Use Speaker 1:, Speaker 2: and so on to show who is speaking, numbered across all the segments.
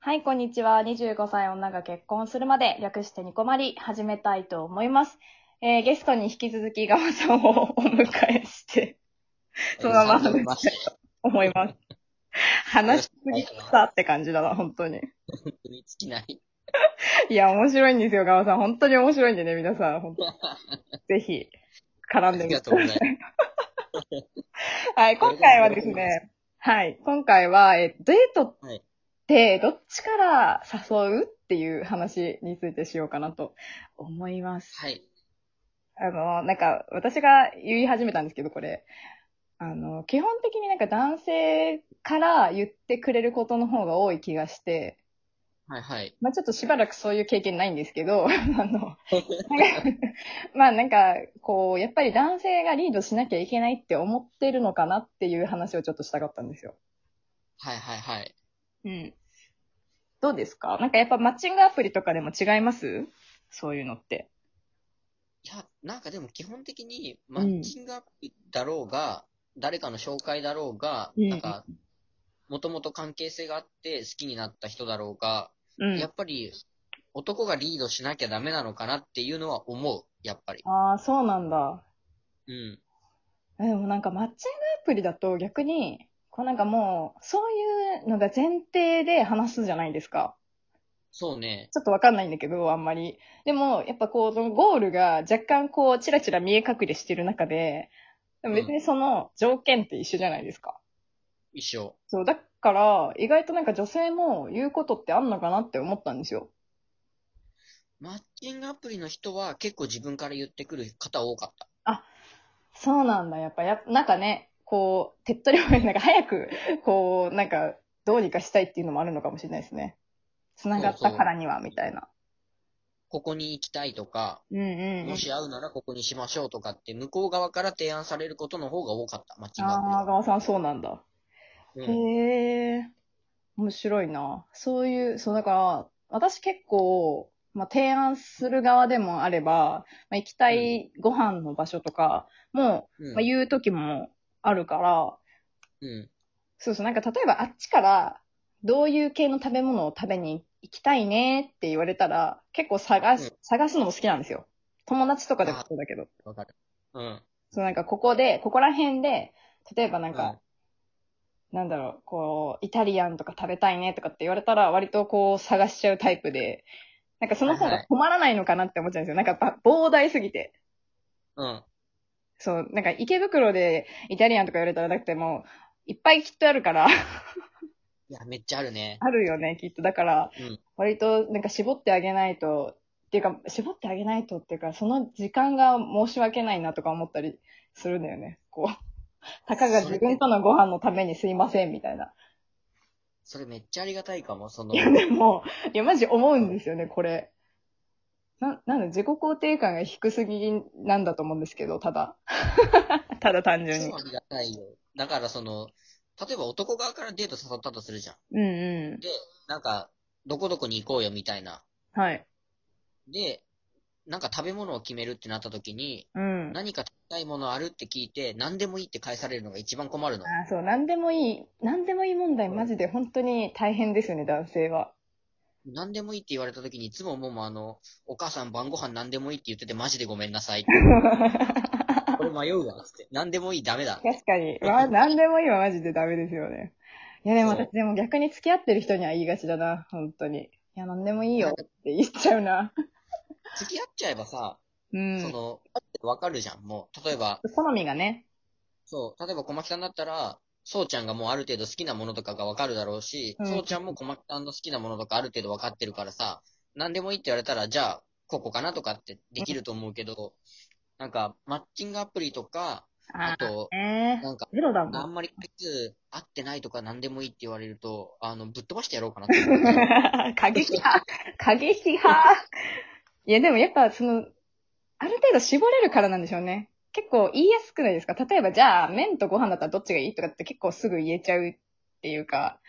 Speaker 1: はい、こんにちは。25歳女が結婚するまで、略してニコマリ、始めたいと思います。えー、ゲストに引き続きガマさんをお迎えして、そのまま
Speaker 2: ました。
Speaker 1: 思います。話しすぎたって感じだな、本当に。
Speaker 2: 本当に尽 きない。
Speaker 1: いや、面白いんですよ、ガマさん。本当に面白いんでね、皆さん。本当ぜひ、絡
Speaker 2: あ
Speaker 1: んで
Speaker 2: り
Speaker 1: みて
Speaker 2: が
Speaker 1: く
Speaker 2: とう
Speaker 1: だ
Speaker 2: ご
Speaker 1: さ
Speaker 2: ざ
Speaker 1: い
Speaker 2: います。
Speaker 1: はい、今回はですね、はい、今回は、え、デートってどっちから誘うっていう話についてしようかなと思います。
Speaker 2: はい。
Speaker 1: あの、なんか、私が言い始めたんですけど、これ。あの、基本的になんか男性から言ってくれることの方が多い気がして、
Speaker 2: はいはい。
Speaker 1: まあちょっとしばらくそういう経験ないんですけど、あ の、まあなんか、こう、やっぱり男性がリードしなきゃいけないって思ってるのかなっていう話をちょっとしたかったんですよ。
Speaker 2: はいはいはい。
Speaker 1: うん。どうですかなんかやっぱマッチングアプリとかでも違いますそういうのって。
Speaker 2: いや、なんかでも基本的にマッチングアプリだろうが、誰かの紹介だろうが、
Speaker 1: うん
Speaker 2: なんか、もともと関係性があって好きになった人だろうが、
Speaker 1: うん
Speaker 2: や。っぱり男がリードしなきゃダメなのかなっていうのは思う。やっぱり。
Speaker 1: ああ、そうなんだ。
Speaker 2: うん。
Speaker 1: でもなんかマッチングアプリだと逆に、こうなんかもう、そういうのが前提で話すじゃないですか。
Speaker 2: そうね。
Speaker 1: ちょっとわかんないんだけど、あんまり。でも、やっぱこう、そのゴールが若干こう、チラチラ見え隠れしてる中で、でも別にその条件って一緒じゃないですか。
Speaker 2: 一緒。
Speaker 1: そう、だから、意外となんか女性も言うことってあんのかなって思ったんですよ。
Speaker 2: マッチングアプリの人は結構自分から言ってくる方多かった。
Speaker 1: そうなんだ。やっぱ、やっぱなんかね、こう、手っ取り早い、なんか早く、こう、なんか、どうにかしたいっていうのもあるのかもしれないですね。繋がったからには、みたいな。
Speaker 2: ここに行きたいとか、
Speaker 1: うんうんう
Speaker 2: も
Speaker 1: ん。
Speaker 2: し会うならここにしましょうとかって、向こう側から提案されることの方が多かった、マッチングアプリ
Speaker 1: ああ、
Speaker 2: は。
Speaker 1: 川さんそうなんだ。
Speaker 2: うん、
Speaker 1: へえ、面白いな。そういう、そうだから、私結構、まあ、提案する側でもあれば、まあ、行きたいご飯の場所とかも、
Speaker 2: うん
Speaker 1: まあ、言う時もあるから、
Speaker 2: うん。
Speaker 1: そうそう、なんか例えばあっちから、どういう系の食べ物を食べに行きたいねって言われたら、結構探
Speaker 2: うん
Speaker 1: す、探すのも好きなんですよ。友達とかでもそうだけど。
Speaker 2: わかる。うん。
Speaker 1: そう、なんかここで、ここら辺で、例えばなん
Speaker 2: うん
Speaker 1: か、なんだろう、こう、イタリアンとか食べたいねとかって言われたら、割とこう探しちゃうタイプで、なんかその方
Speaker 2: はい
Speaker 1: が
Speaker 2: はい
Speaker 1: 困らないのかなって思っちゃうんですよ。なんかば膨大すぎて。
Speaker 2: うん。
Speaker 1: そう、なんか池袋でイタリアンとか言われたらなくても、いっぱいきっとあるから、
Speaker 2: いや、めっちゃあるね。
Speaker 1: あるよね、きっと。だから、
Speaker 2: うん
Speaker 1: 割と、なんか絞ってあげないと、っていうか、絞ってあげないとっていうか、その時間が申し訳ないなとか思ったりするんだよね。こう、 たかが自分とのご飯のためにすいません、みたいな。
Speaker 2: それめっちゃありがたいかも、その
Speaker 1: い、や、でも、いや、マジ思うんですよね、これ。な、なんだ、自己肯定感が低すぎなんだと思うんですけど、ただ。 ただ単純に
Speaker 2: 超。ありがたいよ。だから、その、例えば男側からデート誘ったとするじゃん。
Speaker 1: うんう
Speaker 2: なんか、どこどこに行こうよ、みたいな。
Speaker 1: ん。はい。
Speaker 2: で、なんか食べ物を決めるってなった時に、
Speaker 1: うん。
Speaker 2: 何か食べたいものあるって聞いて、何でもいいって返されるのが一番困るの。
Speaker 1: あーそう、なんでもいい、なんでもいい問題、マジで本当に大変ですよね、男性は。
Speaker 2: 何でもいいって言われた時に、いつももうあの、お母さん晩ご飯何でもいいって言っててマジでごめんなさいって。 これ迷うわ、つって。何でもいいダメだ。
Speaker 1: 確かに。わ、なんでもいいはマジでダメですよね。いや、でも
Speaker 2: そう
Speaker 1: 私、でも逆に付き合ってる人には言いがちだな、本当に。いや、なんでもいいよって言っちゃうな。
Speaker 2: 付き合っちゃえばさ、
Speaker 1: う
Speaker 2: そ
Speaker 1: ん。
Speaker 2: の、わかるじゃん、もう。例えば、
Speaker 1: 好みがね。
Speaker 2: そう、例えば小牧さんだったら、そうちゃんがもうある程度好きなものとかがわかるだろうし、
Speaker 1: うん
Speaker 2: そうちゃんも小牧さんの好きなものとかある程度わかってるからさ、何でもいいって言われたら、じゃあ、ここかなとかってできると思うけど、なんか、マッチングアプリとか、あ
Speaker 1: ー
Speaker 2: と、
Speaker 1: ね
Speaker 2: なんか、
Speaker 1: ゼロだもん
Speaker 2: あ。んまりこいつ会ってないとか何でもいいって言われると、あの、ぶっ飛ばしてやろうかなって 思う
Speaker 1: 過激派過激派いや、でもやっぱその、ある程度絞れるからなんでしょうね。結構言いやすくないですか例えばじゃあ、麺とご飯だったらどっちがいいとかって結構すぐ言えちゃうっていうか、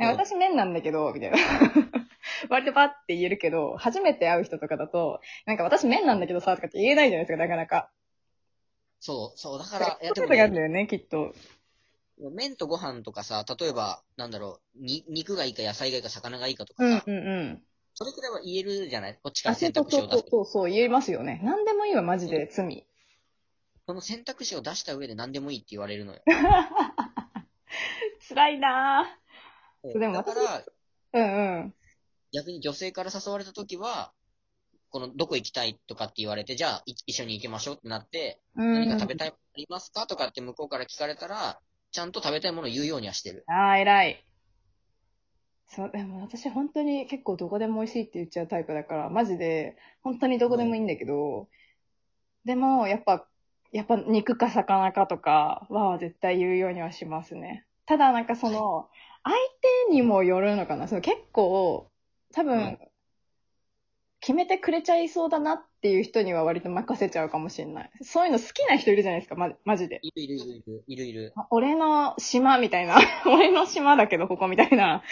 Speaker 2: うん
Speaker 1: 私麺なんだけど、みたいな。 割とバって言えるけど、初めて会う人とかだと、なんか私麺なんだけどさ、とかって言えないじゃないですか、なかなか。
Speaker 2: そう、そう、だか
Speaker 1: だ
Speaker 2: ら
Speaker 1: か、
Speaker 2: い
Speaker 1: らそうい
Speaker 2: や、で
Speaker 1: うこ
Speaker 2: も
Speaker 1: とがあるん
Speaker 2: ね、
Speaker 1: だよね、きっと。
Speaker 2: 麺とご飯とかさ、例えば、なんだろう、に肉がいいか野菜がいいか魚がいいかとか
Speaker 1: うん
Speaker 2: さ、
Speaker 1: うんうん。
Speaker 2: それくらいは言えるじゃないこっちか
Speaker 1: あ、
Speaker 2: ら
Speaker 1: そう
Speaker 2: 選
Speaker 1: そう
Speaker 2: 択肢
Speaker 1: そ
Speaker 2: を
Speaker 1: う
Speaker 2: 出す。
Speaker 1: そうそう、言えますよね。何でもいいわ、マジで罪。
Speaker 2: その選択肢を出した上で何でもいいって言われるのよ。
Speaker 1: 辛いなそうでも
Speaker 2: だ
Speaker 1: 私
Speaker 2: から、
Speaker 1: ぁ。うんうん。
Speaker 2: 逆に女性から誘われた時は、この、どこ行きたいとかって言われて、じゃあ、い一緒に行きましょうってなって、
Speaker 1: うん
Speaker 2: 何か食べたいものありますかとかって向こうから聞かれたら、ちゃんと食べたいものを言うようにはしてる。
Speaker 1: ああ、偉い。そう、でも私本当に結構どこでも美味しいって言っちゃうタイプだから、マジで、本当にどこでもいいんだけど、でも、やっぱ、やっぱ肉か魚かとかは絶対言うようにはしますね。ただなんかその、相手にもよるのかな。その結構、多
Speaker 2: う
Speaker 1: 分
Speaker 2: ん、
Speaker 1: 決めてくれちゃいそうだなっていう人には割と任せちゃうかもしれない。そういうの好きな人いるじゃないですか、ま、マジで。
Speaker 2: いるいるいるいる、いるいる。
Speaker 1: あ俺の島みたいな、 俺の島だけどここみたいな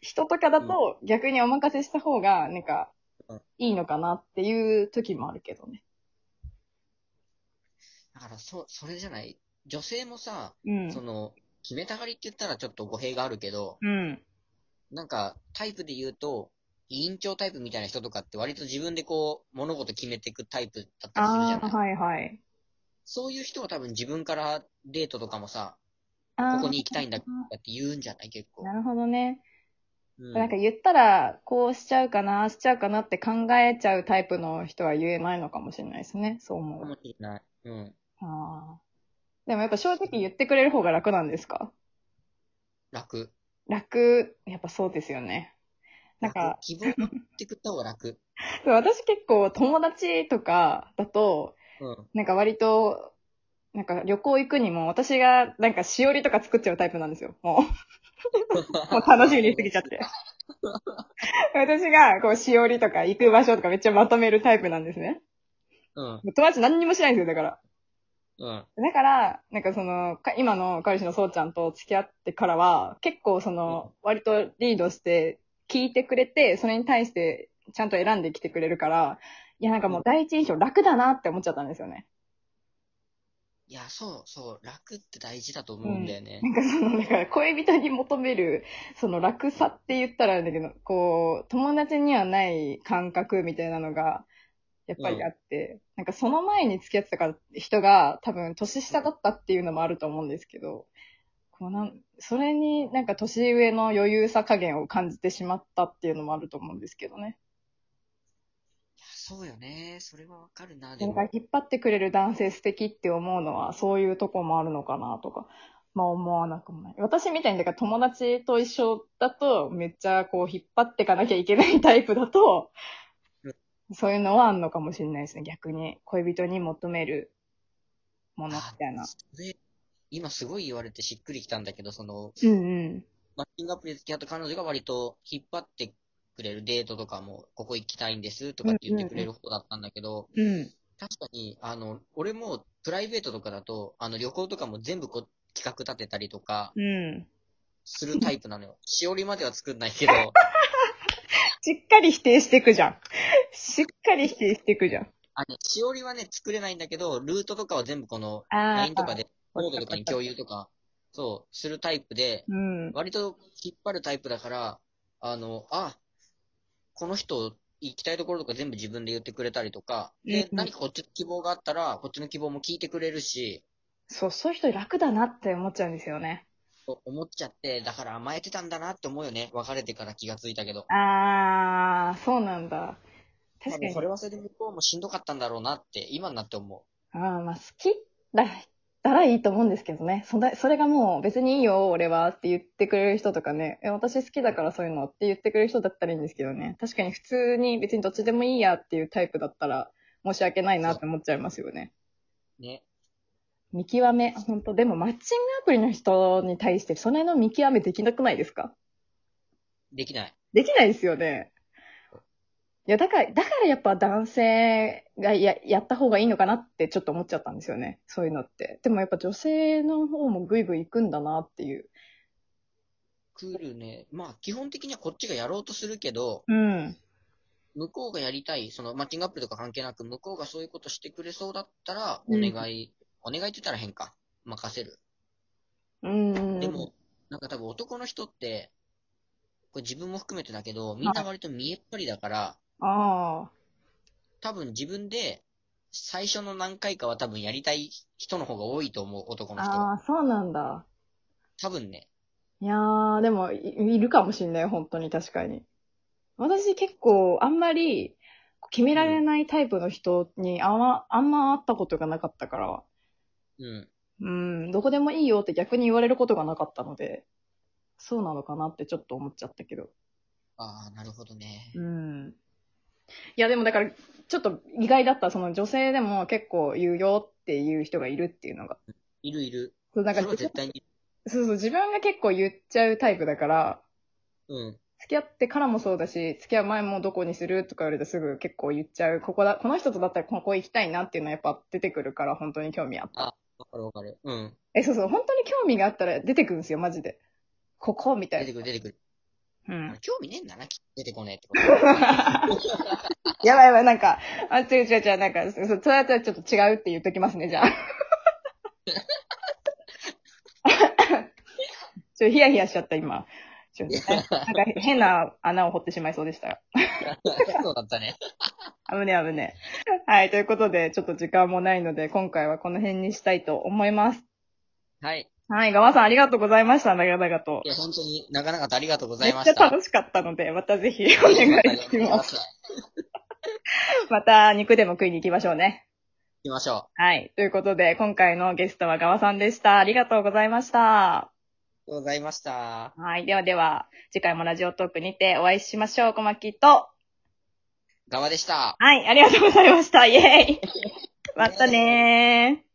Speaker 1: 人とかだと逆にお任せした方がなんか
Speaker 2: うん
Speaker 1: いいのかなっていう時もあるけどね。
Speaker 2: だから、そ、それじゃない女性もさ、
Speaker 1: う
Speaker 2: そ
Speaker 1: ん。
Speaker 2: の、決めたがりって言ったらちょっと語弊があるけど、
Speaker 1: うん。
Speaker 2: なんか、タイプで言うと、委員長タイプみたいな人とかって割と自分でこう、物事決めていくタイプだったりするじゃ
Speaker 1: ああ、
Speaker 2: ない
Speaker 1: はいはい。
Speaker 2: そういう人は多分自分からデートとかもさ、
Speaker 1: あー
Speaker 2: ここに行きたいんだとかって言うんじゃない結構。
Speaker 1: なるほどね。
Speaker 2: うん
Speaker 1: なんか言ったらこうしちゃうかな、しちゃうかなって考えちゃうタイプの人は言えないのかもしれないですね。そう思
Speaker 2: か
Speaker 1: う。
Speaker 2: もしれない。うん。
Speaker 1: あーでもやっぱ正直言ってくれる方が楽なんですか
Speaker 2: 楽。
Speaker 1: 楽、やっぱそうですよね。なんか
Speaker 2: 楽、希望を持ってくった方が楽。
Speaker 1: そう私結構友達とかだと、
Speaker 2: うん。
Speaker 1: なんか割と、なんか旅行行くにも私がなんかしおりとか作っちゃうタイプなんですよ。もう、もう楽しみにしすぎちゃって。私がこうしおりとか行く場所とかめっちゃまとめるタイプなんですね。
Speaker 2: うん。
Speaker 1: 友達何にもしないんですよ、だから。
Speaker 2: うん。
Speaker 1: だから、なんかその、か今の彼氏のそうちゃんと付き合ってからは、結構その、割とリードして、聞いてくれて、それに対して、ちゃんと選んできてくれるから、いや、なんかもう第一印象楽だなって思っちゃったんですよね。
Speaker 2: いや、そうそう。楽って大事だと思うんだよね。
Speaker 1: なん かその、だから恋人に求める、その楽さって言ったらあれだけど、こう、友達にはない感覚みたいなのが、やっぱりあって、なんかその前に付き合ってたから人が多分年下だったっていうのもあると思うんですけど、こうなん、それになんか年上の余裕さ加減を感じてしまったっていうのもあると思うんですけどね。
Speaker 2: いや、そうよね。それはわかるな、で
Speaker 1: な
Speaker 2: も
Speaker 1: ん。か引っ張ってくれる男性素敵って思うのは、そういうとこもあるのかなとか、まあ思わなくもない。私みたいに、だから友達と一緒だと、めっちゃこう引っ張ってかなきゃいけないタイプだと
Speaker 2: うん、
Speaker 1: そういうのはあんのかもしれないですね。逆に恋人に求めるものみたいな
Speaker 2: あ。それ今すごい言われてしっくりきたんだけど、その、
Speaker 1: うんうん。
Speaker 2: マッチングアプリで付き合った彼女が割と引っ張ってくれるデートとかも、ここ行きたいんですとかって言ってくれる方だったんだけど、
Speaker 1: うん。
Speaker 2: 確かに、あの、俺もプライベートとかだと、あの、旅行とかも全部こう、企画立てたりとか
Speaker 1: うん。
Speaker 2: するタイプなのよ。しおりまでは作んない けど、
Speaker 1: しっかり否定していくじゃん。しっかり否定していくじゃん。
Speaker 2: あの、しおりはね、作れないんだけど、ルートとかは全部この、
Speaker 1: あ
Speaker 2: LINE とかで、
Speaker 1: わかっ
Speaker 2: ノー
Speaker 1: た
Speaker 2: トとかに共有とか、そう、するタイプで、
Speaker 1: うん。
Speaker 2: 割と引っ張るタイプだから、あの、あ、この人行きたいところとか全部自分で言ってくれたりとか、
Speaker 1: うん
Speaker 2: で、
Speaker 1: うん
Speaker 2: 何かこっちの希望があったら、こっちの希望も聞いてくれるし、
Speaker 1: そう、そういう人楽だなって思っちゃうんですよね。
Speaker 2: と思っちゃって、だから甘えてたんだなって思うよね。別れてから気がついたけど。
Speaker 1: あー、そうなんだ。確か
Speaker 2: 多分
Speaker 1: に。
Speaker 2: それはそれで向こうもしんどかったんだろうなって、今になって思
Speaker 1: あーまあ、好きだったらいいと思うんですけどね。そんなそれがもう別にいいよ、俺はって言ってくれる人とかね。え私好きだからそういうのって言ってくれる人だったらいいんですけどね。確かに普通に別にどっちでもいいやっていうタイプだったら申し訳ないなって思っちゃいますよね。
Speaker 2: う。ね。
Speaker 1: 見極め、本当でもマッチングアプリの人に対してそれの見極めできなくないですか
Speaker 2: できない。
Speaker 1: できないですよね。いや、だから、だからやっぱ男性がややった方がいいのかなってちょっと思っちゃったんですよね。そういうのって。でもやっぱ女性の方もぐいぐい行くんだなっていう。
Speaker 2: クールね。まあ、基本的にはこっちがやろうとするけど、
Speaker 1: うん。
Speaker 2: 向こうがやりたい、そのマッチングアプリとか関係なく、向こうがそういうことしてくれそうだったら、お
Speaker 1: うん
Speaker 2: 願い、お願いって言ったら変か。任せる。
Speaker 1: うん。
Speaker 2: でも、なんか多分男の人って、これ自分も含めてだけど、みんな割と見えっ張りだから、
Speaker 1: あ
Speaker 2: 多分自分で最初の何回かは多分やりたい人の方が多いと思う、男
Speaker 1: あ。
Speaker 2: の人は。
Speaker 1: ああ、そうなんだ。
Speaker 2: 多分ね。
Speaker 1: いやー、でもい、いるかもしんない、本当に、確かに。私結構、あんまり、決められないタイプの人にあんま、あんま会ったことがなかったから、
Speaker 2: うん。
Speaker 1: うん、どこでもいいよって逆に言われることがなかったので、そうなのかなってちょっと思っちゃったけど。
Speaker 2: ああ、なるほどね。
Speaker 1: うん。いや、でもだから、ちょっと意外だった、その女性でも結構言うよっていう人がいるっていうのが。
Speaker 2: いるいる。
Speaker 1: そう、なん
Speaker 2: そ
Speaker 1: か、
Speaker 2: れ
Speaker 1: そ
Speaker 2: は
Speaker 1: う
Speaker 2: 絶対に。
Speaker 1: そう、自分が結構言っちゃうタイプだから、
Speaker 2: うん。
Speaker 1: 付き合ってからもそうだし、付き合う前もどこにするとか言われてすぐ結構言っちゃう。ここだ、この人とだったらここ行きたいなっていうのはやっぱ出てくるから本当に興味あった。
Speaker 2: わかるわかる。うん。
Speaker 1: え、そうそう、本当に興味があったら出てくるんですよ、マジで。ここみた
Speaker 2: 出
Speaker 1: い
Speaker 2: て
Speaker 1: な。
Speaker 2: くる出てくる。
Speaker 1: うん。
Speaker 2: 興味ねえんだな、き出てこねえっ てこと。
Speaker 1: やばいやばい、なんか、あ、違う違う違う、なんか、そう、そうやったらちょっと違うって言っときますね、じゃあ。 ちょ、ヒヤヒヤしちゃった、今。ちょっと、なんか変な穴を掘ってしまいそうでした。
Speaker 2: そうだったね。
Speaker 1: 危ねえ危ねえ。はい、ということで、ちょっと時間もないので、今回はこの辺にしたいと思います。
Speaker 2: はい。
Speaker 1: はい、ガワさんありがとうございました、長々と
Speaker 2: い。や、本当になかなかとありがとうござ
Speaker 1: めっ
Speaker 2: いま
Speaker 1: ちゃ
Speaker 2: した。
Speaker 1: 楽しかったので、またぜひお願いします。
Speaker 2: す。行
Speaker 1: また肉でも食いに行きましょうね。
Speaker 2: きましょ
Speaker 1: はい、ということで、今回のゲストはガワさんでした。ありがとうございました。
Speaker 2: う。ありがとうございました。
Speaker 1: はい、ではでは、次回もラジオトークにてお会いしましょう、小牧と。
Speaker 2: 側でした。
Speaker 1: はい、ありがとうございました。イェーイ。またねー。